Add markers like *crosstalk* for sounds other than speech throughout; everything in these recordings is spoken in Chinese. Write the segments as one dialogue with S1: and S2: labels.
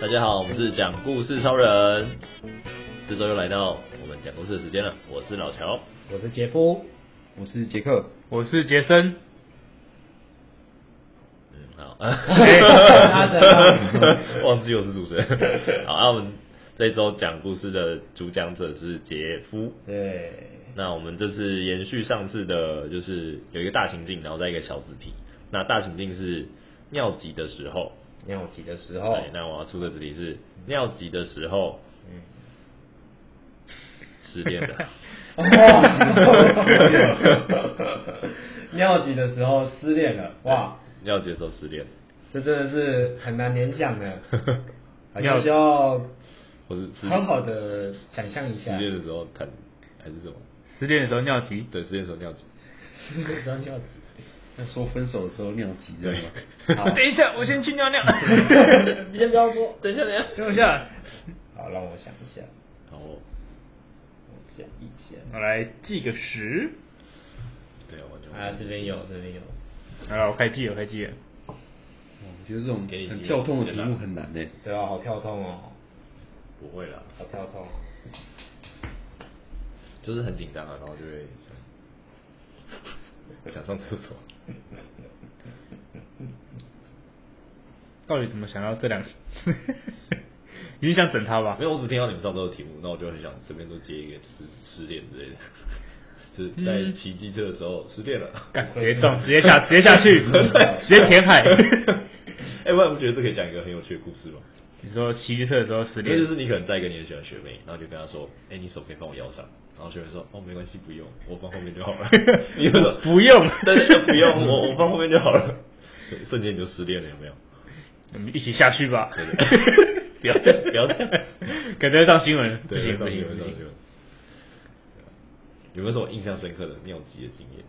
S1: 大家好，我们是讲故事超人，这周又来到我们讲故事的时间了。我是老乔，
S2: 我是杰 *laughs* 夫，
S3: 我是杰克，
S4: 我是杰森。
S1: 嗯，好， *laughs*
S2: 他的
S1: 忘记我是主持人。好，那、我们这一周讲故事的主讲者是杰夫。
S2: 对，
S1: 那我们这次延续上次的，就是有一个大情境，然后再一个小子题。那大情境是尿急的时候，
S2: 尿急的时候，
S1: 对，那我要出的子题是尿急的时候
S2: 嗯，
S1: 失恋了。
S2: 尿急的时候失恋了，哇，
S1: 尿急的时候失恋，
S2: 这真的是很难联想的，好像需要
S1: 或是失
S2: 好好啊的想象一下
S1: 失，恋的时候谈还是什么？
S4: 失恋的时候尿急，
S1: 对，失恋的时候尿急。
S2: 不要尿急，
S3: 要说分手的时候尿急的吗？
S2: *laughs* 好，
S4: 等一下，我先去尿 *laughs* 尿。
S2: 你先不要说，
S1: 等一下，等一下。
S4: 等我一下，
S2: 好，让我想一下，
S1: 好哦，
S2: 我想一下，
S4: 我来记个十。
S1: 对，完全
S2: 啊，这边有，这边有，
S4: 好啊了，我开记了，我开记了。
S3: 哦我觉得这种很跳痛的题目很难呢。
S2: 对啊，好跳痛哦，
S1: 不会啦，
S4: 啊
S2: 好跳痛，哦
S1: 就是很紧张啊，然后就会想 *laughs* 想上厕
S4: *laughs*
S1: 所。
S4: 到底怎么想到这两？ *laughs* 你想整他吧
S1: 没？有，我只听到你们上周的题目，那我就很想随便都接一个，就是失恋之类的， *laughs* 就是在
S4: 嗯
S1: 骑机车的时候失恋了。 *laughs*
S4: 干，直接中，直接下，直接下去，直接填海。
S1: 哎、不然你不觉得这可以讲一个很有趣的故事吗？
S4: 你说骑机车的时候失
S1: 那就
S4: 恋
S1: 是，你可能在跟你很喜欢的学妹，然后就跟她说：“哎、你手可以放我腰上。”然后学妹说：“哦，没关系，不用，我放后面就好
S4: *laughs*
S1: 了。”你就说：“
S4: 不用
S1: *laughs* 但是就不用，我我放后面就好了。”对瞬间你就失恋了，有没有？
S4: 我们一起下去吧。
S1: 对 *laughs* 对不要这样，不要这样。
S4: 感觉要上新闻，不
S1: 对，
S4: 行不
S1: 上新
S4: 行
S1: 闻
S4: 不
S1: 上
S4: 行
S1: 新闻。对。有没有什么印象深刻的尿急的经验？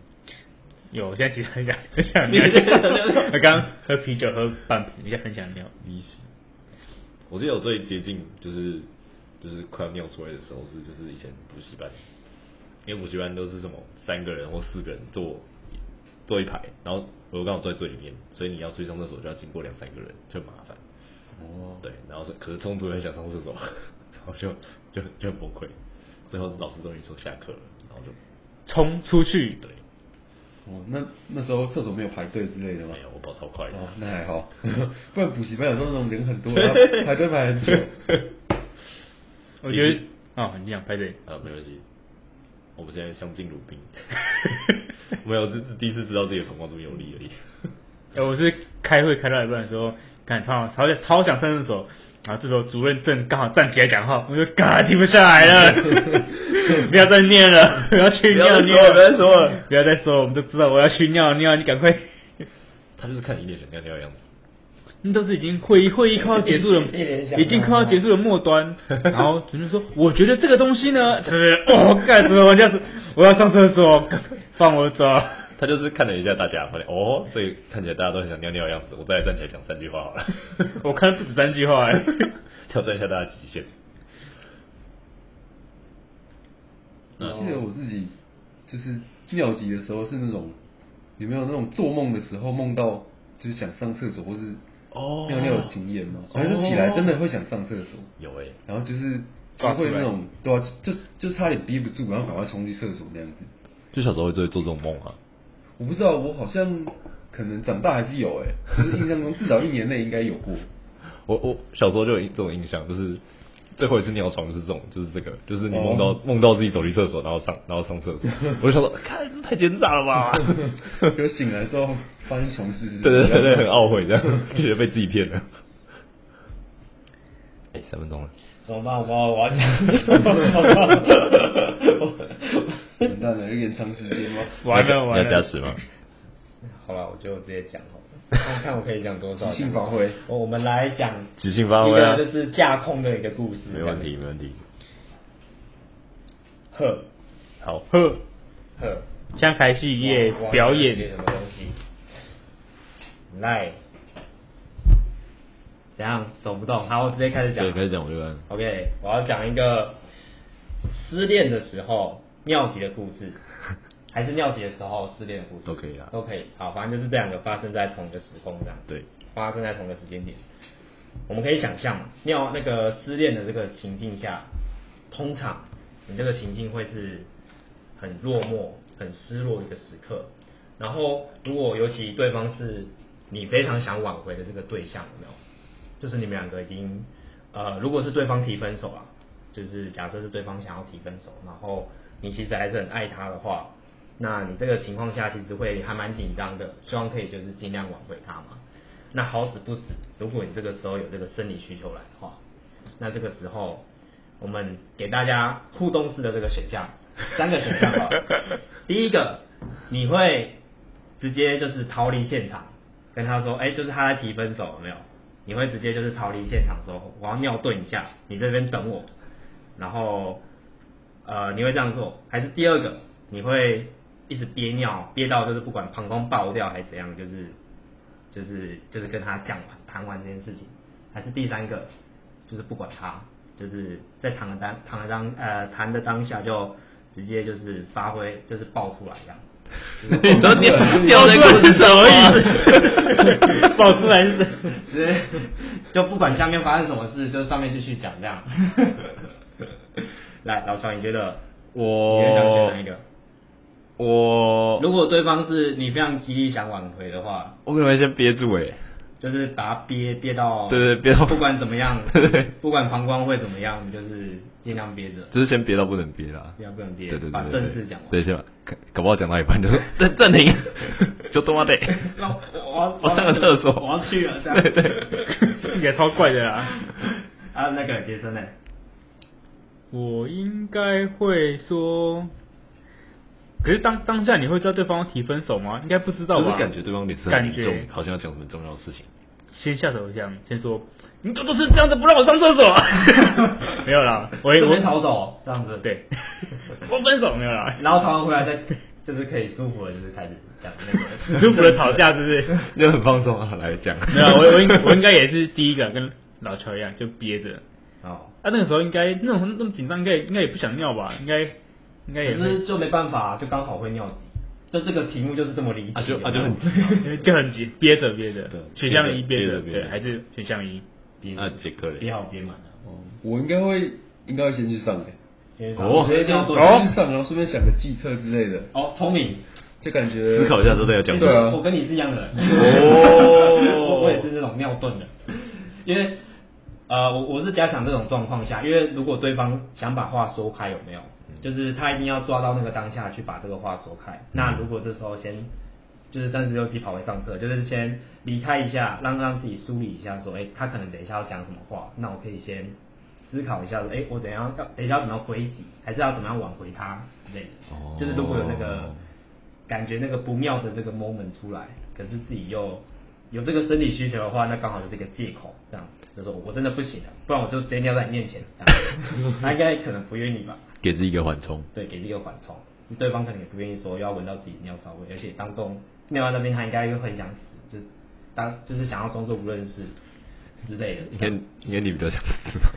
S4: 有，我现在其实很想很想
S1: 你 *laughs*
S4: 尿
S1: 现在很想尿，
S4: 我刚喝啤酒喝半瓶，现在很想尿。
S1: 离席。我记得我最接近就是就是快要尿出来的时候是就是以前补习班，因为补习班都是什么三个人或四个人坐坐一排，然后我刚好坐在最里面，所以你要去上厕所就要经过两三个人，就很麻烦。
S3: 哦，
S1: 对，然后是可是冲突很想上厕所， *laughs* 然后就就就很崩溃。最后老师终于说下课了，然后就
S4: 冲出去，
S1: 对，
S3: 哦，那那时候厕所没有排队之类的吗
S1: 没？有我跑超快的。
S3: 哦，那还好， *laughs* 不然补习班有时候那种人
S1: *laughs*
S3: 很多，然后排队排很久。
S4: 我觉得哦，你想排队，
S1: 啊，没关系，我们现在相敬如宾。 *laughs* 没有，这是第一次知道自己的膀胱这么有力而已。 *laughs*
S4: 哎，我是开会开到一半的时候，赶超超想超想上厕所，然后这时候主任正刚好站起来讲话，我就嘎停不下来了，不要再念了，我要去尿尿，
S1: 不要再说了
S4: 不要再说了，我们都知道我要去尿尿，你赶快，
S1: 他就是看你一脸想尿尿的样子，
S4: 那都是已经会议会议快要结束了
S2: 一脸，想
S4: 已经快要结束了末端，然后主任说，我觉得这个东西呢，哦，干什么这样子，我要上厕所，放我走。
S1: 他就是看了一下大家，发现哦，这个看起来大家都很想尿尿的样子，我再来站起来讲三句话好了， *laughs*
S4: *laughs* 我看了不止三句 *laughs* 话哎，
S1: 挑战一下大家的极限。
S3: 我记得我自己就是尿急的时候是那种，有没有那种做梦的时候梦到就是想上厕所或是
S1: 哦
S3: 尿尿的经验吗？反正就起来真的会想上厕所，
S1: 有哎、
S3: 然后就是就
S4: 抓出来
S3: 会那种对啊，就就差点憋不住，然后赶快冲去厕所那样子。
S1: 就小时候会做做这种梦啊，
S3: 我不知道，我好像可能长大还是有哎、就是印象中至少一年内应该有
S1: *laughs*
S3: 过。
S1: 我我小时候就有这种印象，就是最后一次尿床就是这种，就是这个，就是你梦到、梦到自己走进厕所，然后上然后上厕所，我就想说， *laughs* 看太奸诈了 *laughs* 吧，
S3: 就醒来之后发现床事是
S1: 对对对对，很懊悔这样，就觉得被自己骗了。哎、三分钟了，
S2: 怎么办？我我要 *laughs* 讲什么？
S3: 完蛋了，有点长时间吗？
S4: 完了完
S1: 要加
S4: 了，
S1: 时吗？
S2: 好了，我觉得我直接讲好了， *laughs* 看看我可以讲多少。
S3: 即兴发挥
S2: 哦我我们来讲
S1: 即兴发
S2: 一
S1: 挥啊
S2: 个，就是架空的一个故事，
S1: 没问题没问题。
S2: 这样子。
S1: 好，
S4: 呵，
S2: 呵呵，
S4: 像台戏也
S2: 我我要
S4: 表
S2: 写
S4: 演
S2: 什么东西？来，怎样走不动？好，我直接开始讲
S1: 对，。开始讲我这个，
S2: OK，我要讲一个失恋的时候尿急的故事。
S1: *laughs*
S2: 还是尿急的时候失恋的故事
S1: 都可以啦
S2: 都可以。好，反正就是这两个发生在同一个时空这样，
S1: 对，
S2: 发生在同一个时间点。我们可以想象嘛，尿那个失恋的这个情境下，通常你这个情境会是很落寞、很失落的一个时刻。然后，如果尤其对方是你非常想挽回的这个对象，有没有？就是你们两个已经呃，如果是对方提分手啊，就是假设是对方想要提分手，然后你其实还是很爱他的话，那你这个情况下其实会还蛮紧张的，希望可以就是尽量挽回他嘛。那好死不死，如果你这个时候有这个生理需求来的话，那这个时候我们给大家互动式的这个选项，三个选项吧。第一个，你会直接就是逃离现场，跟他说，哎、就是他在提分手，有没有？你会直接就是逃离现场说，我要尿遁一下，你这边等我，然后呃，你会这样做，还是第二个，你会一直憋尿，憋到就是不管膀胱爆掉还是怎样，就是就是就是跟他讲完谈完这件事情，还是第三个，就是不管他，就是在躺的当躺的当呃谈的当下就直接就是发挥就是爆出来这样。
S1: *laughs* 你都尿尿的故事什么意
S4: *laughs*
S1: *laughs* 思？
S4: 爆出来是
S2: 直接 *laughs* 就不管下面发生什么事，就上面继续讲
S1: *laughs*
S2: 这样。来，老乔，你觉得
S1: 哦
S2: 你会想选
S4: 我
S2: 哪一个？
S4: 我
S2: 如果对方是你非常极力想挽回的话，
S1: 我可能会先憋住哎、
S2: 就是把他憋憋到，
S1: 对对憋到，
S2: 不管怎么样
S1: *laughs* 对
S2: 不管膀胱会怎么样，就是尽量憋着，
S1: 就是先憋到不能憋啦
S2: 不。要不能憋，
S1: 对对对
S2: 把
S1: 对
S2: 正
S1: 对
S2: 事讲完。
S1: 对，先把搞不好讲到一半就说 *laughs* 暂暂停， *laughs* 就他妈的，
S2: 那 *laughs* 我我要
S1: 我上个厕所
S2: 我要去了，这样
S1: 对对，
S2: *laughs*
S4: 这个超怪的啦。
S2: 啊，那个杰森呢？
S4: 我应该会说，可是当当下你会知道对方要提分手吗？应该不知道
S1: 就是
S4: 吧？
S1: 感觉对方脸色很
S4: 感
S1: 凝重
S4: 觉，
S1: 好像要讲什么重要的事情。
S4: 先下手相，先说你都都是这样子不让我上厕所，
S1: *laughs*
S4: *laughs* 没有啦，我
S2: 这
S4: 我
S2: 边逃走这样子，
S4: 对，我分手没有啦，
S2: *laughs* 然后逃完回来再就是可以舒服的，就是开始讲那个
S4: 很舒服的吵架是不是？
S1: 就很放松啊，来讲。
S4: *laughs* 没有，我我应我应该也是第一个跟老乔一样，就憋着。
S2: 哦，
S4: 啊，那个时候应该那种那么紧张，应该也应该也不想尿吧？应该应该
S2: 可
S4: 也会
S2: 是就没办法，就刚好会尿急，就这个题目就是这么离奇，
S1: 啊就啊
S2: 有没有
S1: 就
S2: *laughs*
S1: 很急
S4: 就很急，憋着憋着
S1: 对，
S4: 选项一
S1: 憋着
S4: 着，
S1: 憋着
S4: 对，还是选项一。
S2: 憋
S1: 啊杰克嘞
S2: 憋好憋满啊了，
S3: 哦，我应该会，应该会先去上哎、
S2: 先
S1: 哦
S2: 直接尿
S3: 我
S2: 遁，
S3: 先去上，然后顺便想个计策之类的，
S2: 哦，聪明，
S3: 就感觉
S1: 思考一下都在要讲什
S3: 对
S1: 么。
S3: 啊
S2: 我跟你是一样的人，
S1: 哦
S2: *laughs* 我也是这种尿遁的，因为呃，我我是假想这种状况下，因为如果对方想把话说开，有没有？
S1: 嗯
S2: 就是他一定要抓到那个当下去把这个话说开。那如果这时候先就是三十六计跑回上策，就是先离开一下，让让自己梳理一下，说，哎、他可能等一下要讲什么话，那我可以先思考一下，说，哎、我等一下要等一下要怎么样回击，还是要怎么样挽回他之类的。
S1: 哦
S2: 就是如果有那个感觉那个不妙的这个 moment 出来，可是自己又有这个生理需求的话，那刚好就是一个借口，这样就说我真的不行了，不然我就直接尿在你面前。这样他应该可能不愿意吧？
S1: *laughs* 给自己一个缓冲。
S2: 对，给自己一个缓冲，对方可能也不愿意说要闻到自己尿骚味，而且当中尿在那边他应该又很想死，就当就是想要装作不认识之类的。
S1: 你看，你看你比较想死吧？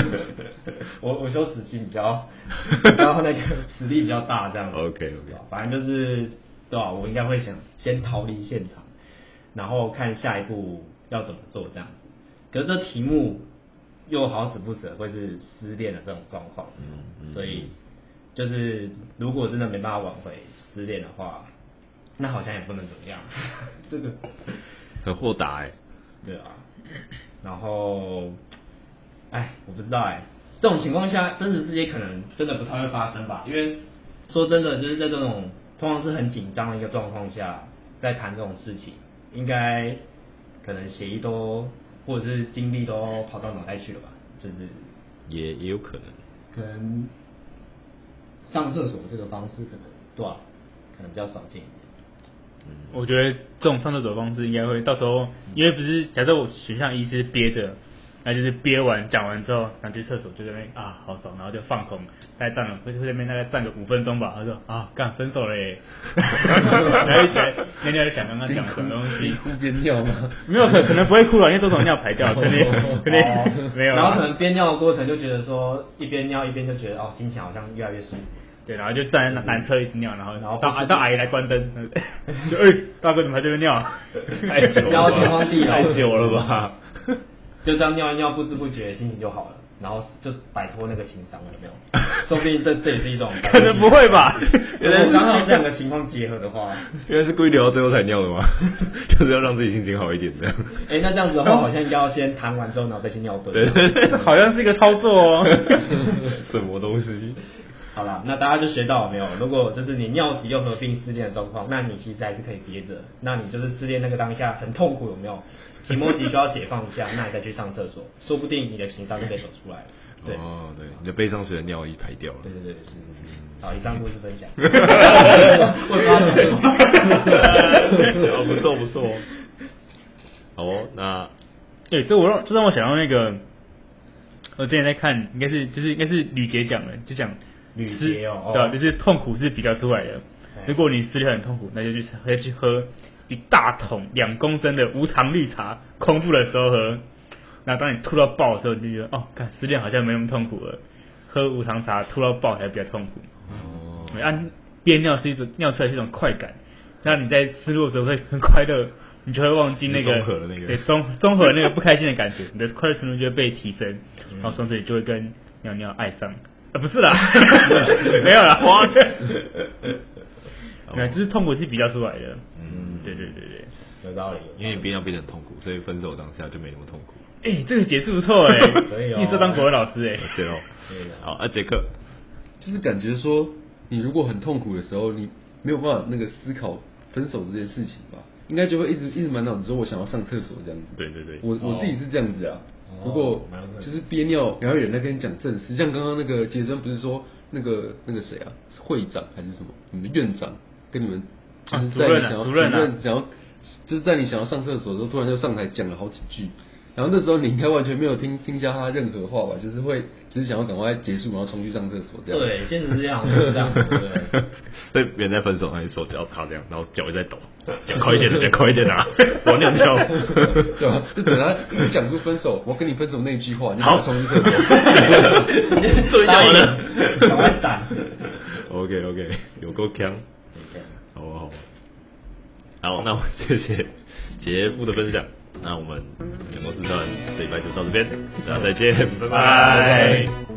S1: *laughs*
S2: 我我羞耻心比较，比较那个实力比较大这样子。
S1: OK，OK
S2: 对吧反正就是对吧、我应该会想先逃离现场，然后看下一步要怎么做这样子。可是这题目又好死不死会是失恋的这种状况，
S1: 嗯嗯
S2: 所以就是如果真的没办法挽回失恋的话，那好像也不能怎么样。 *laughs* 这个
S1: 很豁达哎、
S2: 对啊，然后，哎，我不知道哎，这种情况下，真实世界可能真的不太会发生吧？因为说真的，就是在这种通常是很紧张的一个状况下，在谈这种事情，应该可能协议都或者是精力都跑到脑袋去了吧？就是
S1: 也也有可能。
S2: 可能上厕所这个方式，可能对啊，可能比较少见一点。
S1: 嗯
S4: 我觉得这种上厕所方式应该会到时候，因为不是假设我选项一是憋着，那就是憋完讲完之后，然后去厕所就在那边啊好爽，然后就放空，大概站了会会在那边大概站个五分钟吧。他说啊干分手嘞， *laughs* 然后一直那天在想刚刚
S3: 边
S4: 讲什么东
S3: *laughs* 哭
S4: 西
S3: 边。哭边尿吗？
S4: 没有可可能不会哭了，因为多种尿
S1: *laughs*
S4: 排掉，肯定肯
S2: 哦
S1: 哦
S4: 定没有啦。
S2: *laughs*
S4: 啊
S2: 然后可能边尿的过程就觉得说，一边尿一边就觉得哦，心情好像越来越舒服。
S4: 对，然后就站在男车一直尿，然后
S2: 然后
S4: 到
S2: 不知
S4: 到阿姨来关灯，就哎、大哥怎么还在这边尿？啊
S1: *laughs*
S4: *laughs*
S1: 太久
S2: 然
S1: 了
S2: 后
S1: 吧
S2: 天荒地老
S1: 太久了吧？ *laughs*
S2: *laughs* 就这样尿一尿，不知不觉心情就好了，然后就摆脱那个情商了，有没有？说不定这这也是一种摆脱
S4: 可
S2: 情商，
S4: 能不
S2: *laughs*
S4: 会吧？
S2: 如果刚好这两个情况结合的话，
S1: 原来是故意留到最后才尿的吗？ *laughs* 就是要让自己心情好一点的。
S2: 哎、那这样子的话，好像应该要先谈完之后，然后再去尿遁。
S1: 对，
S4: 这好像是一个操作哦。
S1: 什么东西？
S2: 好啦，那大家就学到了没有？如果就是你尿急又合并失恋的状况，那你其实还是可以憋着。那你就是失恋那个当下很痛苦，有没有？提莫急需要解放一下，那你再去上厕所，说不定你的情商就被走出来了。对，
S1: 哦，对，你的背上随着尿液排掉了
S2: 对。对对，是是是。好，以上故事分享。为什么要讲这个
S1: 哦，不错不错。好哦，那
S4: 对，这我让这让我想到那个，我之前在看，应该是就是应该是吕杰讲的，就讲
S2: 吕
S4: 失
S2: 杰哦哦
S4: 对啊，就是痛苦是比较出来的
S2: 哎。
S4: 如果你失恋很痛苦，那就去可以去喝一大桶两公升的无糖绿茶，空腹的时候喝。那当你吐到爆的时候，你就觉得哦，看失恋好像没那么痛苦了。喝无糖茶吐到爆才比较痛苦。
S1: 哦，
S4: 对啊，憋尿是一种尿出来是一种快感，那你在失落的时候会很快乐，你就会忘记那个
S1: 你综合了那个
S4: 对综综合那个不开心的感觉，你的快乐程度就会被提升，然后从此你就会跟尿尿爱上。啊，不是啦，没有啦，花，那就是痛苦是比较出来的。
S1: 嗯
S4: 对对对对，
S2: 有道理，
S1: 因为你憋尿憋得很痛苦，所以分手当下就没那么痛苦。
S4: 哎、这个解释不错哎、欸，
S2: 可以哦
S4: 你是当国文老师哎、
S1: 对哦
S2: 对的，
S1: 好啊，杰克，
S3: 就是感觉说，你如果很痛苦的时候，你没有办法那个思考分手这件事情吧，应该就会一直一直满脑子说我想要上厕所这样子。
S1: 对对对
S3: 我我自己是这样子啊。
S2: 哦
S3: 如果
S2: 蛮有可能
S3: 就是憋尿，然后有人在跟你讲正事，像刚刚那个杰森不是说那个那个谁啊，是会长还是什么，你们院长跟你们就
S4: 啊
S3: 是
S4: 主
S3: 在你
S4: 任啊
S3: 想要
S4: 主任啊
S3: 想要就是在你想要上厕所的时候，突然就上台讲了好几句，然后那时候你应该完全没有听听下他任何话吧，就是会只是想要赶快结束，然后冲去上厕所这样。
S2: 对，现实是这样，是这样，对不对？
S1: *laughs* 所以别人在分手，他就手只要插这样，然后脚也在抖，讲快一
S2: *laughs*
S1: 点，讲快一点啊！我要尿尿。
S3: *laughs* 对吧？就等他一讲出分手，我跟你分手那一句话，你
S1: 好
S3: 要冲去厕所。
S1: 追到了 *laughs*
S2: 赶快闪。
S1: OK OK，有够强，好啊好啊。好，那我 *laughs* 谢谢杰夫的分享。那我们阳光四段这礼拜就到这边，大家再见，拜拜。
S4: 拜